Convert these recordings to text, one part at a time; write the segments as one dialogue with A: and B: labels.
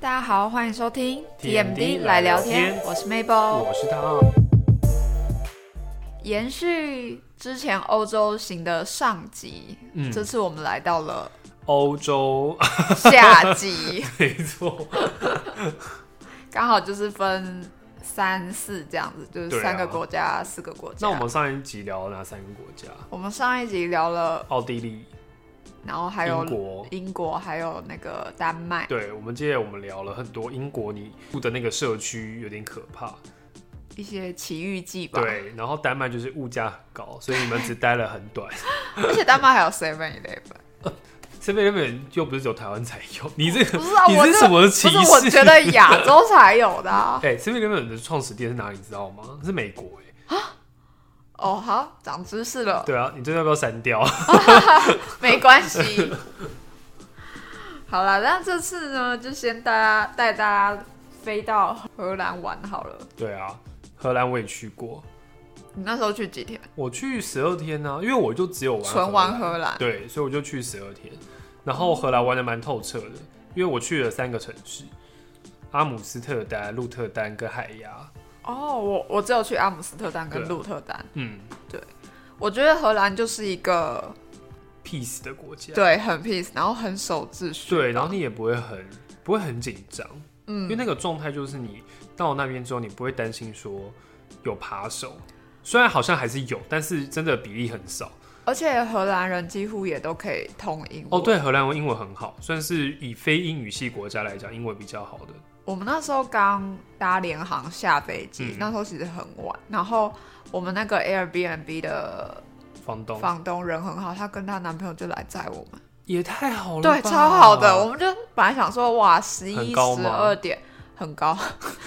A: 大家好，欢迎收听
B: TMD
A: 来聊
B: 来聊天
A: 我是 Mabel。
B: 我是大奥，
A: 延续之前欧洲行的上集，
B: 嗯
A: 这次我们来到了
B: 欧洲，
A: 下 集，
B: 没错，
A: 刚好就是分三四这样子，就是
B: 对啊
A: 三个国家、四个国家。
B: 那我们上一集聊了哪三个国家？
A: 我们上一集聊了，
B: 奥地利、
A: 然后还有
B: 英国。
A: 英国还有那个丹麦，
B: 对，我们接着我们聊了很多英国你住的那个社区有点可怕，
A: 一些奇遇记吧。，
B: 对，然后丹麦就是物价很高，所以你们只待了很 短。
A: 而且丹麦还有 Seven Eleven。
B: 这边那边又不是只有台湾才 有，你这个
A: 不是啊，
B: 你
A: 我
B: 这
A: 这
B: 什么歧
A: 不是，我
B: 视
A: 觉得亚洲才有的、啊。
B: 哎，这边那边的创始店是哪里？你知道吗？是美国哎。
A: 哦，好，长知识了，
B: 对啊，你真的要不要删掉？
A: 没关系。好了，那这次呢，就先大家带大家飞到荷兰玩好了。
B: 对啊，荷兰我也去过，
A: 你那时候去几天？
B: 我去十二天呢、啊，因为我就只有玩
A: 纯
B: 荷
A: 玩
B: 兰
A: 荷兰。
B: 对，所以我就去十二天，然后荷兰玩的蛮透彻的，因为我去了三个城市：阿姆斯特丹、鹿特丹跟海牙。
A: 哦，我我只有去阿姆斯特丹跟
B: 对啊
A: 鹿特丹。
B: 嗯
A: 我觉得荷兰就是一个
B: ，peace 的国家。
A: 对很 peace，然后很守秩序。
B: 对，然后你也不会很不会很紧张，因为
A: 嗯，
B: 那个状态就是你到那边之后，你不会担心说有扒手，虽然好像还是有，但是真的比例很少。
A: 而且荷兰人几乎也都可以通英文。
B: 哦，，对，荷兰文英文很好，算是以非英语系国家来讲，英文比较好的。
A: 我们那时候刚搭联航下飞机，
B: 嗯
A: 那时候其实很晚，然后我们那个 Airbnb 的
B: 房东
A: 房东人很好，她跟她男朋友就来载我们，
B: 也太好了吧，
A: 对，超好的。我们就本来想说，哇，十一
B: 啊很
A: 十
B: 高吗
A: 二点很 高，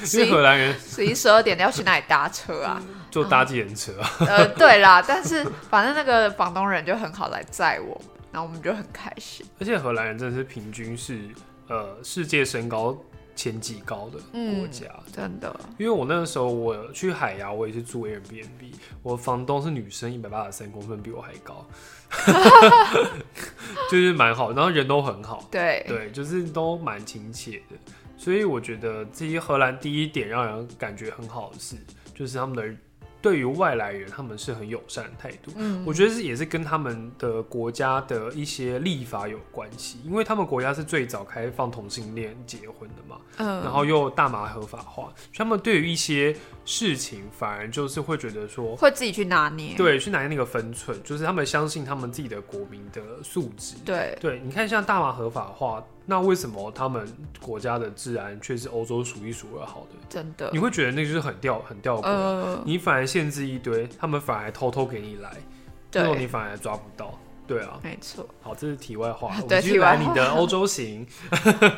B: 因
A: 十
B: 为
A: 一
B: 荷兰人
A: 十一十二点要去哪里搭车啊？
B: 就搭计程车啊，
A: 呃，对啦，但是反正那个房东人就很好来载我，然后我们就很开心。
B: 而且荷兰人真的是平均是呃世界身高前几高的国家。
A: 真的，
B: 因为我那个时候我去海牙，我也是住 Airbnb，我房东是女生，一百八十三公分，比我还高， 就是蛮好，然后人都很好，
A: 对，
B: 对，就是都蛮亲切的。所以我觉得这些荷兰第一点让人感觉很好的是，就是他们的对于外来人他们是很友善的态度。
A: 嗯，
B: 我觉得是也是跟他们的国家的一些立法有关系，因为他们国家是最早开放同性恋结婚的嘛，
A: 嗯，
B: 然后又大麻合法化，所以他们对于一些事情反而就是会觉得说，
A: 会自己去拿捏，
B: 对，去拿捏那个分寸，就是他们相信他们自己的国民的素质。
A: 对，
B: 对，你看像大麻合法化，那为什么他们国家的治安却是欧洲数一数二好的？
A: 真的
B: 你，会觉得那就是很掉很掉国，
A: 呃，
B: 你反而限制一堆，他们反而偷偷给你来。这种你
A: 对，
B: 反而抓不到。对啊，
A: 没错。。
B: 好，这是题外话 我
A: 对
B: 们继
A: 题
B: 续
A: 外
B: 来
A: 话
B: 你的欧洲行。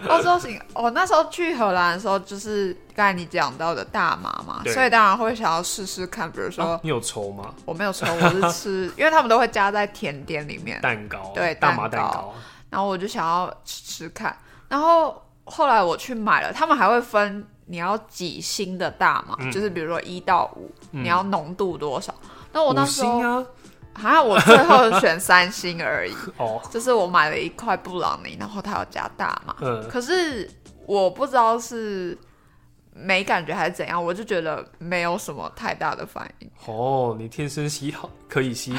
A: 欧洲行，我哦那时候去荷兰的时候，就是刚才你讲到的大麻嘛，
B: 对
A: 所以当然会想要试试看。比如 说，
B: 啊你有抽吗？
A: 我没有抽，我是 吃，因为他们都会加在甜点里面，
B: 蛋糕，
A: 对
B: 大麻
A: 蛋
B: 蛋
A: 糕
B: 糕，
A: 然后我就想要吃吃看。然后后来我去买了，他们还会分你要几星的大麻，
B: 嗯
A: 就是比如说一到五、
B: 嗯
A: 你要浓度多少。那我那
B: 五
A: 时
B: 星
A: 候
B: 啊，
A: 啊，我最后选三星而已，
B: 哦，
A: 就是我买了一块布朗尼，然后它有加大麻。
B: 嗯，
A: 可是我不知道是没感觉还是怎样，我就觉得没有什么太大的反应。
B: 哦，你天生吸好可 以吸毒，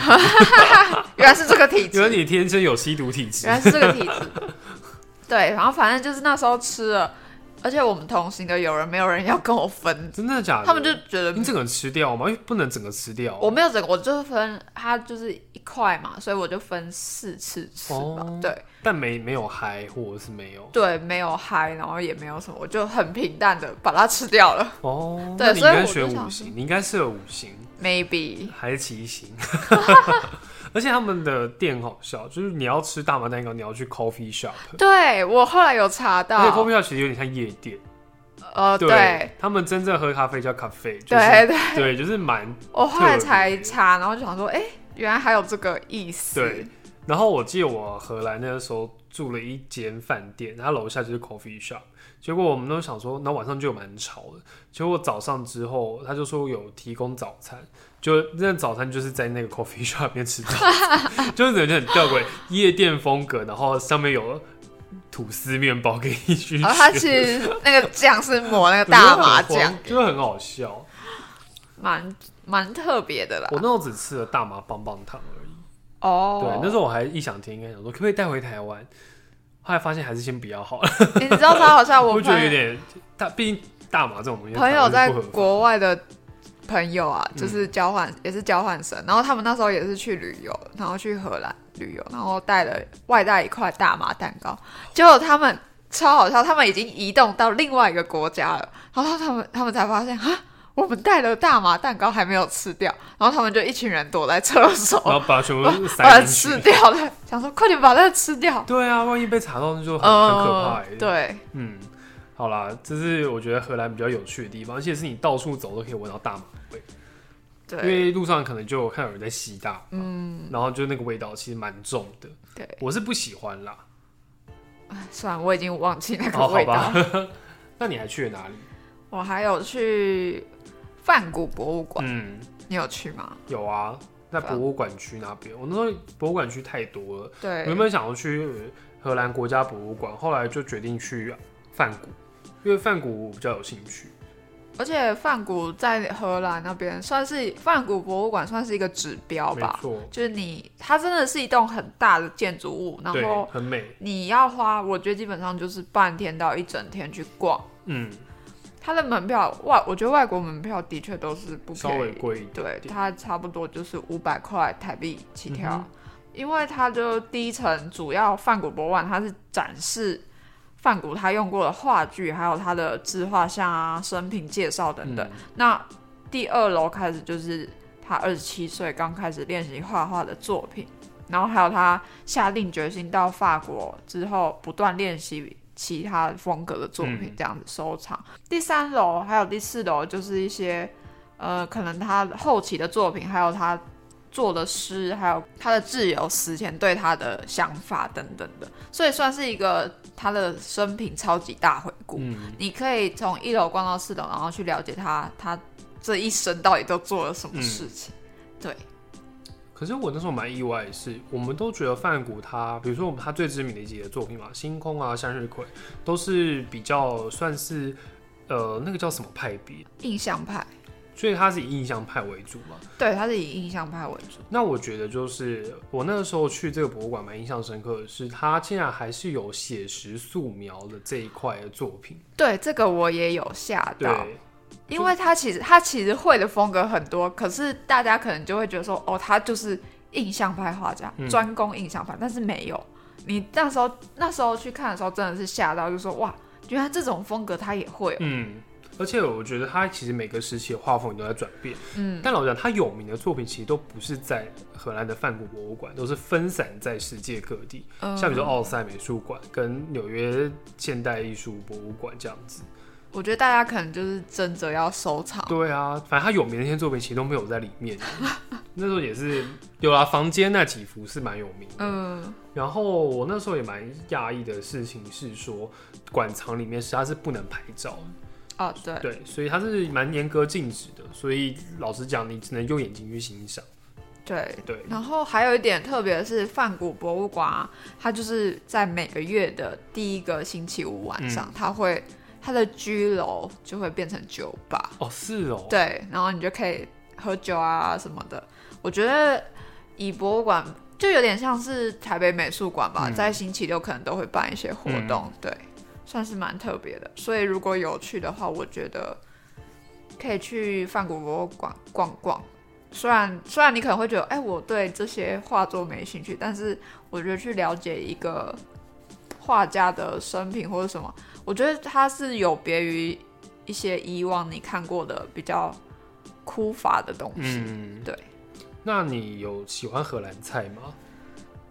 A: 原来是这个体 质，
B: 因为你天生有吸毒体质
A: 原。来是这个体质。 对，然后反正就是那时候吃了，而且我们同行的有人没有人要跟我 分，
B: 真的假的？
A: 他们就觉得
B: 你整个吃掉吗？因为不能整个吃掉。
A: 我没有整个，我就分它就是一块嘛，所以我就分四次吃吧。
B: 哦
A: 对
B: 但没没有嗨，或者是没有
A: 对，没有嗨，然后也没有什么，我就很平淡的把它吃掉了。
B: 哦。
A: 对
B: 那你应
A: 所以我
B: 该
A: 就想
B: 选五
A: 说
B: 星，你应该适合五星。
A: Maybe
B: 还是骑行，而且他们的店好笑，就是你要吃大麻蛋糕，你要去 coffee shop，
A: 对我后来有查
B: 而且
A: 到，
B: coffee shop 其实有点像夜店，
A: 呃，啊对
B: 他们真正喝咖啡叫咖啡，就是
A: 对对，
B: 对，就是蛮
A: 我后来
B: 特别
A: 才查，然后就想说，哎、原来还有这个意思。
B: 对，。然后我记得我荷兰那个时候住了一间饭店，它楼下就是 coffee shop，结果我们都想说，那晚上就蛮吵的，结果早上之后他就说有提供早餐，就那早餐就是在那个 coffee shop 里面吃早餐，就是感觉很吊诡，夜店风格，然后上面有。吐司面包给你去
A: 然后哦他其实那个酱是抹 那个
B: 我觉得
A: 大
B: 很
A: 麻
B: 荒
A: 酱，
B: 就很好笑。
A: 蛮蛮特别的啦
B: 我。那时候只吃了大麻棒棒糖而已。
A: 哦，
B: 对，那时候我还异想天开，想说可不可以带回台湾，后来发现还是先不要好了，
A: 你知道超好笑，
B: 我
A: 我
B: 觉得
A: 朋
B: 有
A: 友
B: 点大，毕竟大麻这种东西，
A: 朋友在
B: 台湾是不合法
A: 国外的朋友啊，
B: 嗯
A: 就是交换、也是交换生，然后他们那时候也是去旅游，然后去荷兰旅游，然后带了外带一块大麻蛋糕，结果他们超好笑，他们已经移动到另外一个国家了，然后他们他们才发现啊。我们带了大麻蛋糕还没有吃掉，然后他们就一群人躲在厕
B: 然
A: 所，
B: 后把全部都
A: 把它
B: 塞进
A: 吃
B: 去。
A: 掉了，想说快点把它吃掉。
B: 对啊，万一被查到那就很、很可怕、欸。
A: 嗯，，对，
B: 嗯，好啦，这是我觉得荷兰比较有趣的地方，而且是你到处走都可以闻到大麻味，
A: 对，
B: 因为路上可能就有看有人在吸大麻，嗯，然后就那个味道其实蛮重的，
A: 对，
B: 我是不喜欢啦。
A: 算了，我已经忘记那个
B: 哦，好
A: 味道。
B: 吧，那你还去了哪里？
A: 我还有去梵谷博物馆，
B: 嗯，
A: 你有去吗？
B: 有啊，在博物馆区那边，我那时候博物馆区太多了，我
A: 对，
B: 原本想要去荷兰国家博物馆，后来就决定去梵谷，因为梵谷我比较有兴趣。
A: 而且梵谷在荷兰那边算是梵谷博物馆算是一个指标
B: 没
A: 吧，
B: 错，
A: 就是你它真的是一栋很大的建筑物，然
B: 对，
A: 后
B: 很美。
A: 你要花，我觉得基本上就是半天到一整天去逛。
B: 嗯，
A: 它的门票外，我觉得外国门票的确都是不
B: 稍
A: 便
B: 微
A: 宜，
B: 贵一点
A: 对，
B: 点。
A: 它差不多就是五百块台币起跳，
B: 嗯哼
A: 因为它就第一层主要梵谷博物馆，它是展示梵谷他用过的话剧，还有他的自画像啊、生平介绍等等。
B: 嗯
A: 那第二楼开始就是他二十七岁刚开始练习画画的作品，然后还有他下定决心到法国之后不断练习其他风格的作品
B: 嗯，
A: 这样子收藏。第三楼还有第四楼就是一些呃，可能他后期的作品，还有他做的诗，还有他的挚友死前对他的想法等等的，所以算是一个他的生平超级大回顾。
B: 嗯，
A: 你可以从一楼逛到四楼，然后去了解他他这一生到底都做了什么事情。
B: 嗯
A: 对，
B: 可是我那时候蛮意外的是，我们都觉得梵谷他，比如说我们他最知名的几个作品嘛，《星空》啊，《向日葵》，都是比较算是呃那个叫什么派别，
A: 印象派，
B: 所以他是以印象派为主嘛。
A: 对，他是以印象派为主。
B: 那我觉得就是我那个时候去这个博物馆蛮印象深刻的是，它竟然还是有写实素描的这一块的作品。
A: 对，这个我也有吓
B: 对，
A: 到，因为他其实他其实会的风格很多，可是大家可能就会觉得说，哦，他就是印象派画家，
B: 嗯
A: 专攻印象派，但是没有。你那时候那时候去看的时候，真的是吓到，就说哇，原来这种风格他也会哦、
B: 嗯，而且我觉得它其实每个时期的画风也都在转变。
A: 嗯，
B: 但老实讲，它有名的作品其实都不是在荷兰的梵谷博物馆，都是分散在世界各地，
A: 嗯
B: 像比如说奥赛美术馆跟纽约现代艺术博物馆这样子。
A: 我觉得大家可能就是争着要收藏，
B: 对啊，反正他有名的那些作品其实都没有在里面。 那时候也是有啦，房间那几幅是蛮有名的。
A: 嗯，
B: 然后我那时候也蛮讶异的事情是说，馆藏里面是它是不能拍照
A: 哦，对
B: 的，，对，所以它是蛮严格禁止的。所以老实讲，你只能用眼睛去欣赏。
A: 对。
B: 对，
A: 然后还有一点特别的是，梵谷博物馆、啊，它就是在每个月的第一个星期五晚上，它会它的居楼就会变成酒吧，
B: 哦，是哦，
A: 对，然后你就可以喝酒啊什么的。我觉得以博物馆就有点像是台北美术馆吧，
B: 嗯
A: 在星期六可能都会办一些活动，对，算是蛮特别的。所以如果有去的话，我觉得可以去梵谷博物馆逛逛。虽然虽然你可能会觉得，哎、我对这些画作没兴趣，但是我觉得去了解一个画家的生平或者什么，我觉得它是有别于一些以往你看过的比较枯乏的东西。
B: 嗯，
A: 对。
B: 那你有喜欢荷兰菜吗？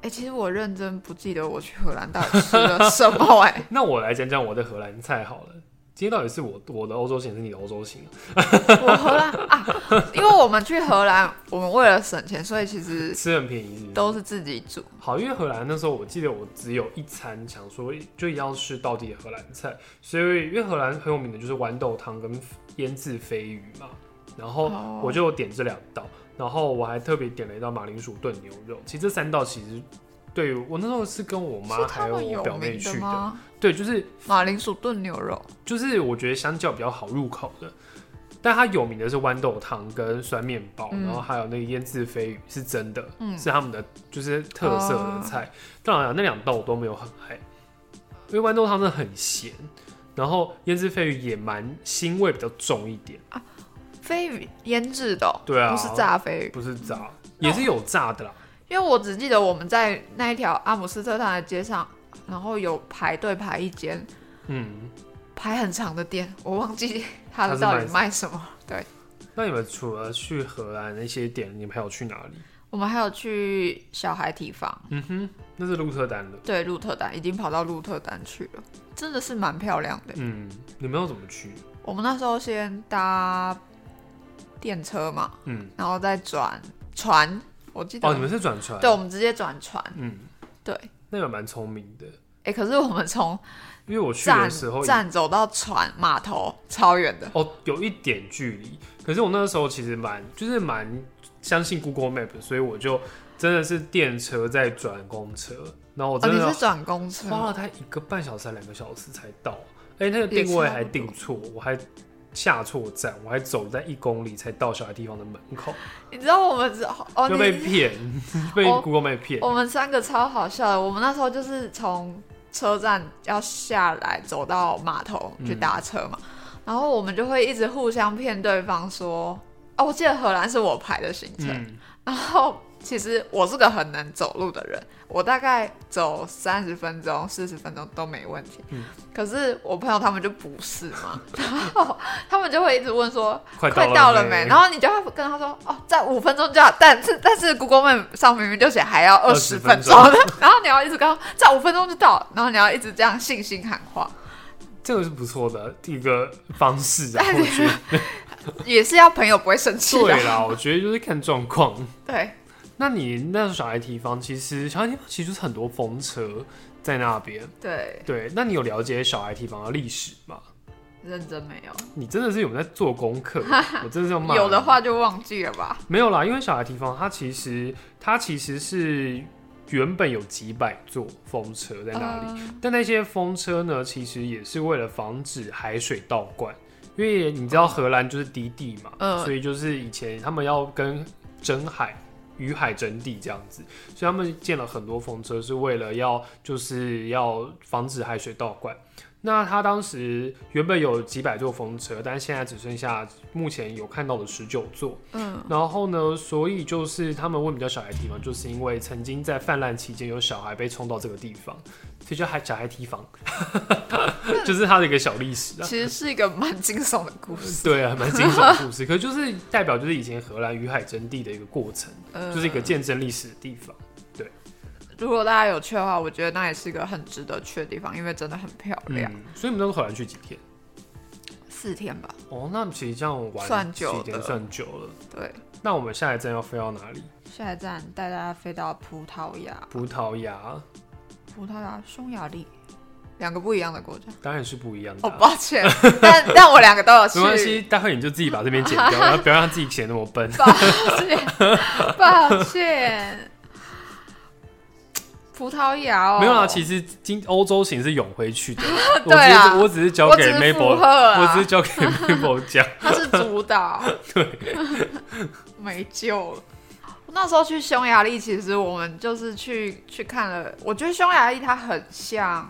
A: 哎、其实我认真不记得我去荷兰到底吃了什 么哎、
B: 那我来讲讲我的荷兰菜好了。今天到底是我我的欧洲行还是你的欧洲行啊？
A: 我荷兰啊，因为我们去荷兰，我们为了省钱，所以其实
B: 吃很便宜是不是
A: 都是自己煮。
B: 好，因为荷兰那时候我记得我只有一餐想说就一定要吃到底的荷兰菜，所以因为荷兰很有名的就是豌豆汤跟腌制鲱鱼嘛，然后
A: 哦
B: 我就点这两道，然后我还特别点了一道马铃薯炖牛肉。其实这三道其实对我那时候是跟我妈
A: 是他
B: 还有
A: 们有
B: 我表妹
A: 名
B: 去的，
A: 吗？
B: 对，就是
A: 马铃薯炖牛肉，
B: 就是我觉得相较比较好入口的，但它有名的是豌豆汤跟酸面包，
A: 嗯
B: 然后还有那个腌制飞鱼是真的，
A: 嗯
B: 是他们的就是特色的
A: 哦
B: 菜。当然、了，那两道我都没有很爱，因为豌豆汤真的很咸，然后腌制飞鱼也蛮腥味比较重一点，
A: 飞鱼腌制的哦、
B: 对啊
A: 不是炸飞鱼。
B: 不是炸，
A: 嗯
B: 也是有炸的啦。
A: 因为我只记得我们在那一条阿姆斯特丹的街上，然后有排队排一间
B: 嗯，
A: 排很长的店，我忘记它
B: 它
A: 的
B: 是
A: 到
B: 卖
A: 底卖什么。对，
B: 那你们除了去荷兰那些点，你们还有去哪里？
A: 我们还有去小孩提房，
B: 嗯哼，那是鹿特丹的。
A: 对，鹿特丹已经跑到鹿特丹去了，真的是蛮漂亮的。
B: 嗯，你们要怎么去？哦
A: 我们那时候先搭电车嘛，
B: 嗯，
A: 然后再转船，我记得，
B: 哦，你们是转船。
A: 对，我们直接转船，
B: 嗯，
A: 对，
B: 那个蛮聪明的，
A: 哎、可是我们从
B: 因为我去
A: 站
B: 的时候
A: 站走到船码头超远的，
B: 哦有一点距离，可是我那时候其实蛮就是蛮相信 Google Map，所以我就真的是电车在转公车，然后我
A: 哦，
B: 真
A: 你
B: 的
A: 是转公车，
B: 花了他一个半小时还两个小时才到，哎、那个
A: 也
B: 定位
A: 差不
B: 还
A: 多
B: 定错，我还下错站，我还走在一公里才到小孩地方的门口，
A: 你知道我们只哦，
B: 就被
A: 你
B: 骗， 被
A: 哦
B: Google Map 骗。
A: 我们三个超好笑的。我们那时候就是从车站要下来，走到码头去搭车嘛，
B: 嗯
A: 然后我们就会一直互相骗对方说，哦，我记得荷兰是我排的行程，
B: 嗯，
A: 然后其实我是个很能走路的人，我大概走三十分钟、四十分钟都没问题。
B: 嗯
A: 可是我朋友他们就不是嘛， 然后他们就会一直问说
B: 快
A: 快
B: 到嗯
A: 到了没？然后你就要跟他说哦，在五分钟就好，但是但是 Google Map 上明明就写还要二十
B: 20分
A: 分
B: 钟
A: 钟， 然后你要一直跟他说在五分钟就到，然后你要一直这样信心喊话，
B: 这个是不错的一个方式 啊，
A: 哎
B: 我觉得。
A: 也是要朋友不会生气的
B: 对。啦，我觉得就是看状况。
A: 对，
B: 那你那时候小孩提方，其实小孩提方其实就是很多风车在那边。
A: 对，
B: 对，那你有了解小孩提方的历史吗？
A: 认真没有，
B: 你真的是有没有在做功课？我真的是要骂你
A: 有的话就忘记了吧。
B: 没有啦，因为小孩提方它其实它其实是原本有几百座风车在那里，
A: 呃
B: 但那些风车呢，其实也是为了防止海水倒灌，因为你知道荷兰就是低地嘛，
A: 嗯
B: 所以就是以前他们要跟争海。与海争地这样子，所以他们建了很多风车，是为了要就是要防止海水倒灌。那他当时原本有几百座风车，但现在只剩下目前有看到的十九座。
A: 嗯，
B: 然后呢，所以就是他们为什么叫小孩提防，就是因为曾经在泛滥期间有小孩被冲到这个地方，所以叫还小孩提防， 就是他的一个小 历史啊。
A: 其实是一个蛮惊悚的故事，
B: 对啊，蛮惊悚的故事，可就是代表就是以前荷兰与海争地的一个过程，
A: 呃
B: 就是一个见证历史的地方。
A: 如果大家有去的话，我觉得那也是一个很值得去的地方，因为真的很漂亮。
B: 嗯，所以你们到荷兰去几天？
A: 四天吧，
B: 哦，那其实这样玩
A: 算久的
B: 几天算久了。
A: 对。
B: 那我们下一站要飞到哪里？
A: 下一站带大家飞到葡萄牙，
B: 葡萄牙，
A: 葡萄牙、匈牙利，两个不一样的国家。
B: 当然是不一样的
A: 哦，
B: 啊、
A: 抱歉，但但我两个都有去。
B: 没关系，待会你就自己把这 边剪掉，然后不要让自己显得那么笨。
A: 抱歉，抱歉。葡萄牙哦，
B: 没有啦，其实今欧洲行是涌回去的， 我
A: 对
B: 只
A: 啊
B: 是我只是交
A: 我
B: 给
A: 只是
B: Mabel，
A: 附和啊
B: 我只是交给 Mabel 讲。
A: 它是主 导，对，没救了。那时候去匈牙利，其实我们就是去去看了，我觉得匈牙利它很像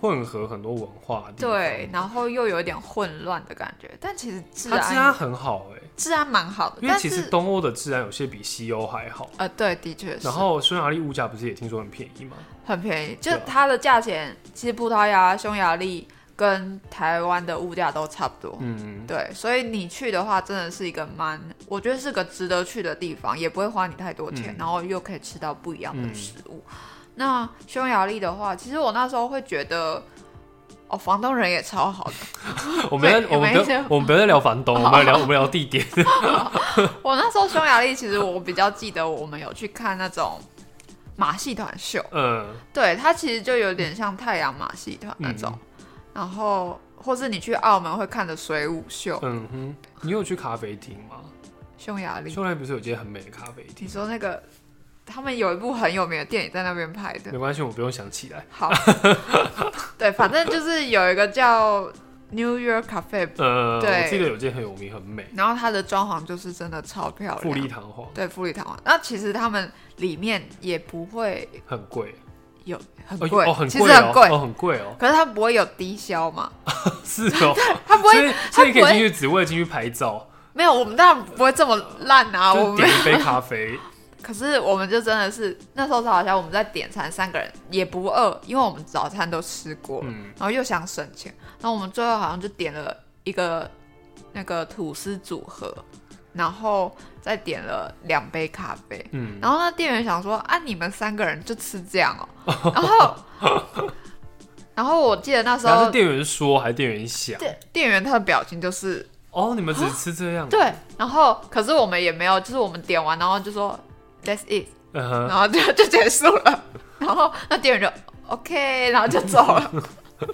B: 混合很多文化的地方，
A: 对，啊然后又有一点混乱的感觉，但其实治
B: 它治安
A: 安
B: 很好哎、
A: 治安蛮好的，
B: 因为
A: 但
B: 其实
A: 是
B: 东欧的治安有些比西欧还好。
A: 呃对，的确是
B: 然后匈牙利物价不是也听说很便宜吗？
A: 很便宜，就
B: 对啊
A: 它的价钱，其实葡萄牙、匈牙利跟台湾的物价都差不多。
B: 嗯，
A: 对，所以你去的话，真的是一个蛮，我觉得是个值得去的地方，也不会花你太多钱，
B: 嗯
A: 然后又可以吃到不一样的食物。那匈牙利的话，其实我那时候会觉得，哦，房东人也超 好的。
B: 我们
A: 对
B: 我们
A: 有
B: 不
A: 没
B: 要
A: 有
B: 我们不要再聊房东，我们要 聊我们聊地点。
A: 我那时候匈牙利，其实我比较记得我们有去看那种马戏团秀，
B: 嗯，
A: 对，它其实就有点像太阳马戏团那种，然后或是你去澳门会看的水舞秀，
B: 嗯哼，你有去咖啡厅吗？
A: 匈牙利。
B: 匈牙利不是有间很美的咖啡厅？
A: 你说那个他们有一部很有名的电影在那边拍的
B: 没。关系，我不用想起来。
A: 好， 对，反正就是有一个叫 New York Cafe，
B: 呃，
A: 对
B: 我记得有件很有名、很美，
A: 然后它的装潢就是真的超漂
B: 富丽
A: 亮。
B: 堂皇，
A: 对，富丽堂皇。那其实他们里面也不会
B: 很贵，
A: 有很
B: 哦
A: 贵，
B: 哦，很
A: 其
B: 贵
A: 实很
B: 哦，
A: 贵，
B: 哦，很贵哦，
A: 可是它不会有低消嘛，
B: 是 哦，
A: 它不
B: 所
A: 会
B: 以所以可
A: 它不会
B: 以进去，只为进去拍照，
A: 没有，我们当然不会这么烂啊，我
B: 就
A: 们
B: 是点一杯 咖啡，
A: 可是我们就真的是那时候好像我们在点餐，三个人也不饿，因为我们早餐都吃过了，
B: 嗯，
A: 然后又想省钱，然后我们最后好像就点了一个那个吐司组合，然后再点了两杯咖啡。
B: 嗯，
A: 然后那店员想说啊，你们三个人就吃这样 哦、然后， 然后我记得那时
B: 然后
A: 候
B: 是店员说还是店员想？
A: 店店员他的表情就是
B: 哦，你们只吃这样？，
A: 啊对，然后可是我们也没有，就是我们点完然后就说 That's it，
B: 嗯哼，
A: 然后就就结束 了，然后那店员就 OK，然后就走了。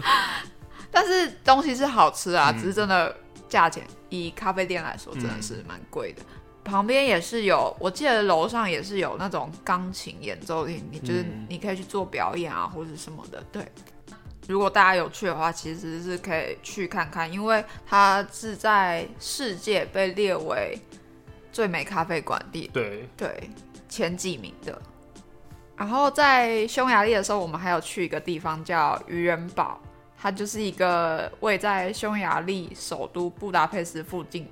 A: 但是东西是好吃啊，
B: 嗯
A: 只是真的价钱以咖啡店来说真的
B: 嗯
A: 是蛮贵的。旁边也是有，我记得楼上也是有那种钢琴演奏厅，你就是
B: 嗯
A: 你可以去做表演啊或者什么的。对，如果大家有去的话，其实是可以去看看，因为它是在世界被列为最美咖啡馆地
B: 对，
A: 对前几名的。然后在匈牙利的时候，我们还有去一个地方叫渔人堡，它就是一个位在匈牙利首都布达佩斯附近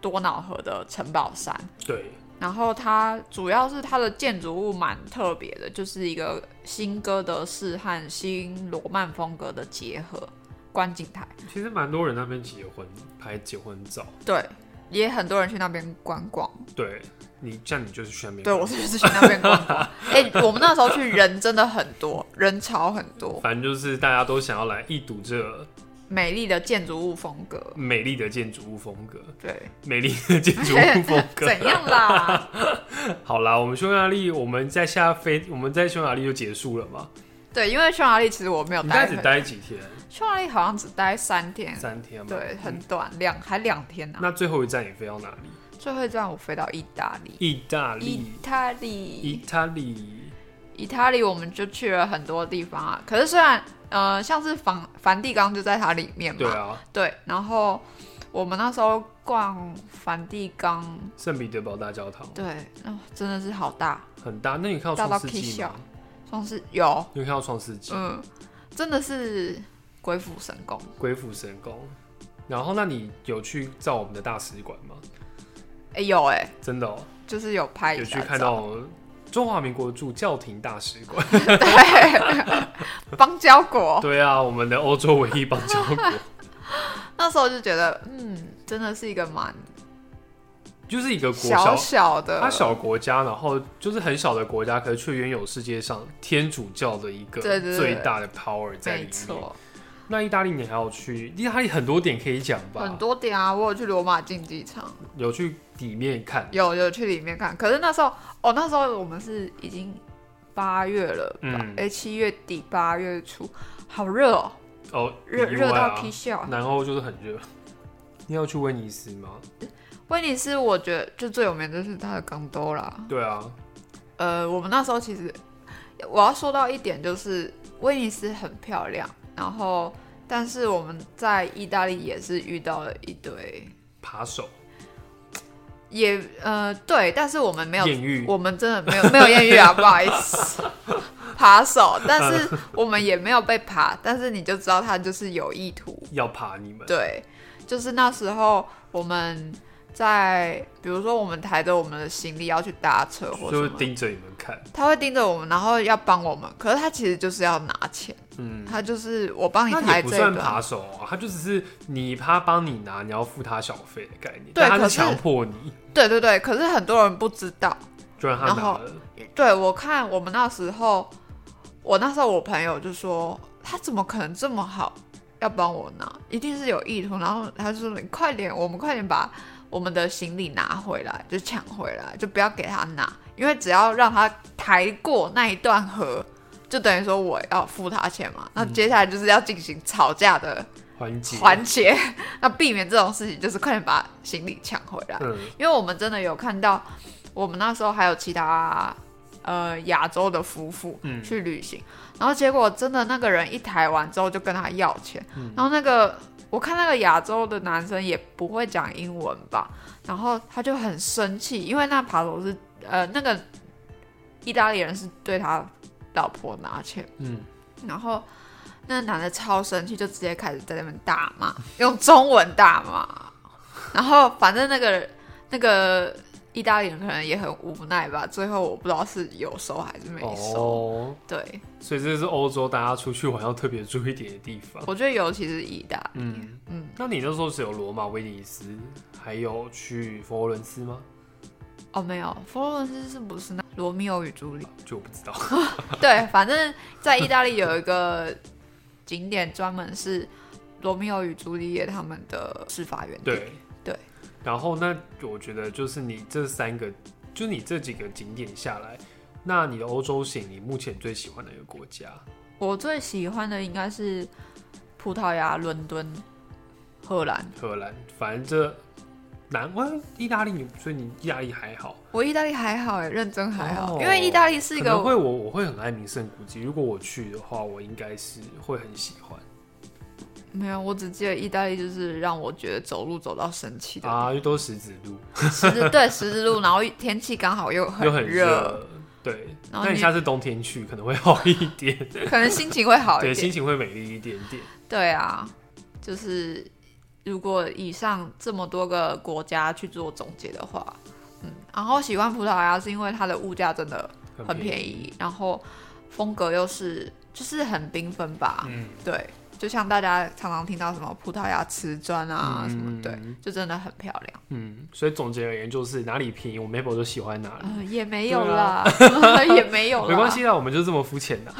A: 多瑙河的城堡山。
B: 对，
A: 然后它主要是它的建筑物蛮特别的，就是一个新哥德式和新罗曼风格的结合观景台。
B: 其实蛮多人那边结婚拍结婚照，
A: 对，也很多人去那边观光。
B: 对你像你就是去那边，
A: 对，我是不是去那边逛 逛？哎、我们那时候去人真的很多，人潮很多，
B: 反正就是大家都想要来一睹这
A: 美丽的建筑物风格。
B: 美丽的建筑物风格，
A: 对，
B: 美丽的建筑物风 格。
A: 怎样啦？
B: 好啦，我们匈牙利，我们在下飞，我们在匈牙利就结束了嘛？
A: 对，因为匈牙利其实我没有
B: 你大
A: 待
B: 概只
A: 很，
B: 待几天？
A: 匈牙利好像只待三天，
B: 三天嘛。
A: 对，很短，两还两天呢、啊。
B: 那最后一站你飞到哪里？
A: 最后一站我飞到意大利，
B: 意大利
A: 意，大
B: 意
A: 利，
B: 大利，
A: 意大利我们就去了很多地方啊。可是虽然呃，像是梵梵蒂冈就在它里面嘛，
B: 对啊，
A: 对，然后我们那时候逛梵蒂冈。
B: 圣彼得堡大教堂
A: 对，哦，真的是好大，
B: 很大。那你看到
A: 大到
B: 创世
A: K
B: 纪
A: 小
B: 吗？，
A: 算是有，
B: 你有看到创世纪？
A: 嗯，真的是鬼斧神工。
B: 鬼斧神工。然后，那你有去照我们的大使馆吗？
A: 哎、有哎、
B: 真的哦、
A: 就是有拍一
B: 有去
A: 下
B: 看
A: 哎照，
B: 到中华民国驻教廷大使馆。
A: 邦交国，
B: 对啊，我们的欧洲唯一邦交 国，
A: 那时候就觉得，嗯，真的是一个蛮
B: 就是一个国
A: 小小的，
B: 呃它小国家，然后就是很小的国家，可是却拥有世界上天主教的一个
A: 对对对
B: 最大的 power 在里
A: 没
B: 面。
A: 错，
B: 那意大利你还有去？意大利很多点可以讲吧？嗯
A: 很多点啊，我有去罗马竞技场，
B: 有去里面看，
A: 有有去里面看，可是那时候，哦，那时候我们是已经八月了吧？
B: 嗯
A: 哎、七、月底八月初，好热哦，
B: 哦，
A: 热
B: 意
A: 热
B: 外
A: 到
B: 啊
A: K 笑。
B: 南欧就是很热。你要去威尼斯吗？
A: 威尼斯，我觉得就最有名的就是它的港都啦。
B: 对啊，
A: 呃，我们那时候其实我要说到一点，就是威尼斯很漂亮，然后但是我们在意大利也是遇到了一堆，
B: 扒手、
A: 也呃对，但是我们没有，
B: 艳遇，
A: 我们真的没有没有艳遇啊，不好意 思，扒手，但是我们也没有被扒，但是你就知道他就是有意图，
B: 要扒你们。
A: 对，就是那时候我们在，比如说我们抬着我们的行李要去搭车或什
B: 就是
A: 么，哦
B: 盯着你们看，
A: 他会盯着我们，然后要帮我们，可是他其实就是要拿钱，
B: 嗯，
A: 他就是我帮你
B: 那
A: 抬
B: 也不
A: 这
B: 算
A: 个，
B: 扒手啊，他就只是你他帮你拿，你要付他小费的概念，
A: 对
B: 但他
A: 可
B: 是
A: 是
B: 强迫你，
A: 对对对，可是很多人不知道，
B: 就让他
A: 然
B: 拿
A: 后
B: 了，
A: 对我看我们那时候，我那时候我朋友就说他怎么可能这么好要帮我拿，一定是有意图，然后他就说你快点，我们快点把我们的行李拿回来，就抢回来，就不要给他拿，因为只要让他抬过那一段河，就等于说我要付他钱嘛，那接下来就是要进行吵架的
B: 缓解，
A: 环节， 那避免这种事情就是快点把行李抢回来。
B: 嗯，
A: 因为我们真的有看到，我们那时候还有其他呃亚洲的夫妇
B: 嗯
A: 去旅行，然后结果真的那个人一抬完之后就跟他要钱，然后那个我看那个亚洲的男生也不会讲英文吧，然后他就很生气，因为那扒手是呃那个意大利人是对他老婆拿钱，
B: 嗯，
A: 然后那男的超生气，就直接开始在那边大骂，用中文大骂。 然后反正那个那个意大利人可能也很无奈吧，最后我不知道是有收还是没收。
B: 哦，
A: 对，
B: 所以这是欧洲大家出去玩要特别注意一点的地方。
A: 我觉得尤其是意大利，
B: 嗯
A: 嗯
B: 那你那时候只有罗马、威尼斯，还有去佛罗伦斯吗？
A: 哦没有，佛罗伦斯是不是那罗密欧与朱丽叶？
B: 就我不知道。
A: 对，反正在意大利有一个景点专门是罗密欧与朱丽叶他们的事发源地。
B: 对
A: 对。
B: 然后那我觉得就是你这三个，就你这几个景点下来，那你的欧洲行，你目前最喜欢哪个国家？
A: 我最喜欢的应该是葡萄牙、伦敦、荷兰。
B: 荷兰，反正这南湾意大利你，所以你意大利还好。
A: 我意大利还好哎，认真还好，
B: 哦
A: 因为意大利是一
B: 可能会
A: 个
B: 我我会很爱名胜古迹，如果我去的话，我应该是会很喜欢
A: 没有，我只记得意大利就是让我觉得走路走到生气的，
B: 啊，因为都是十字路
A: 十字对十字路，然后天气刚好又
B: 又很
A: 热，
B: 热，对。
A: 然后
B: 那你
A: 你
B: 下次冬天去可能会好一点，
A: 可能心情会好一
B: 对，心
A: 点。
B: 情会美丽一点点。
A: 对啊，就是如果以上这么多个国家去做总结的话，嗯，然后喜欢葡萄牙是因为它的物价真的很便宜，然后风格又是就是很缤纷吧，
B: 嗯，
A: 对，就像大家常常听到什么葡萄牙瓷砖啊、什么，对，
B: 嗯
A: 就真的很漂亮。
B: 嗯，所以总结而言就是哪里便宜，我们 Apple 就喜欢哪里。
A: 呃，也没有
B: 嗯对
A: 啦
B: 啊，
A: 也没有啦，
B: 没关系啦，我们就这么 肤浅的。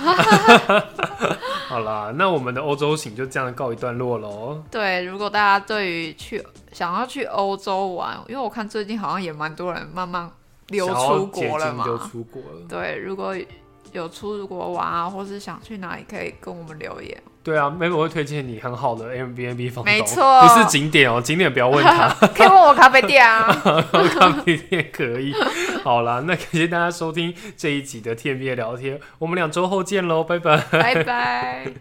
B: 好啦，那我们的欧洲行就这样告一段落喽。
A: 对，如果大家对于去想要去欧洲玩，因为我看最近好像也蛮多人慢慢流出国了
B: 想要解禁就
A: 嘛。
B: 出国了。
A: 对，如果有出国玩啊，或是想去哪里，可以跟我们留 言。
B: 对啊，Apple 会推荐你很好的 Airbnb 房东，
A: 没错
B: 不是景点哦、景点不要问他，
A: 可以问我咖啡店啊。
B: 咖 啡店可以。好啦，那感谢大家收听这一集的 TMB 聊天，我们两周后见喽，拜拜。
A: 拜拜。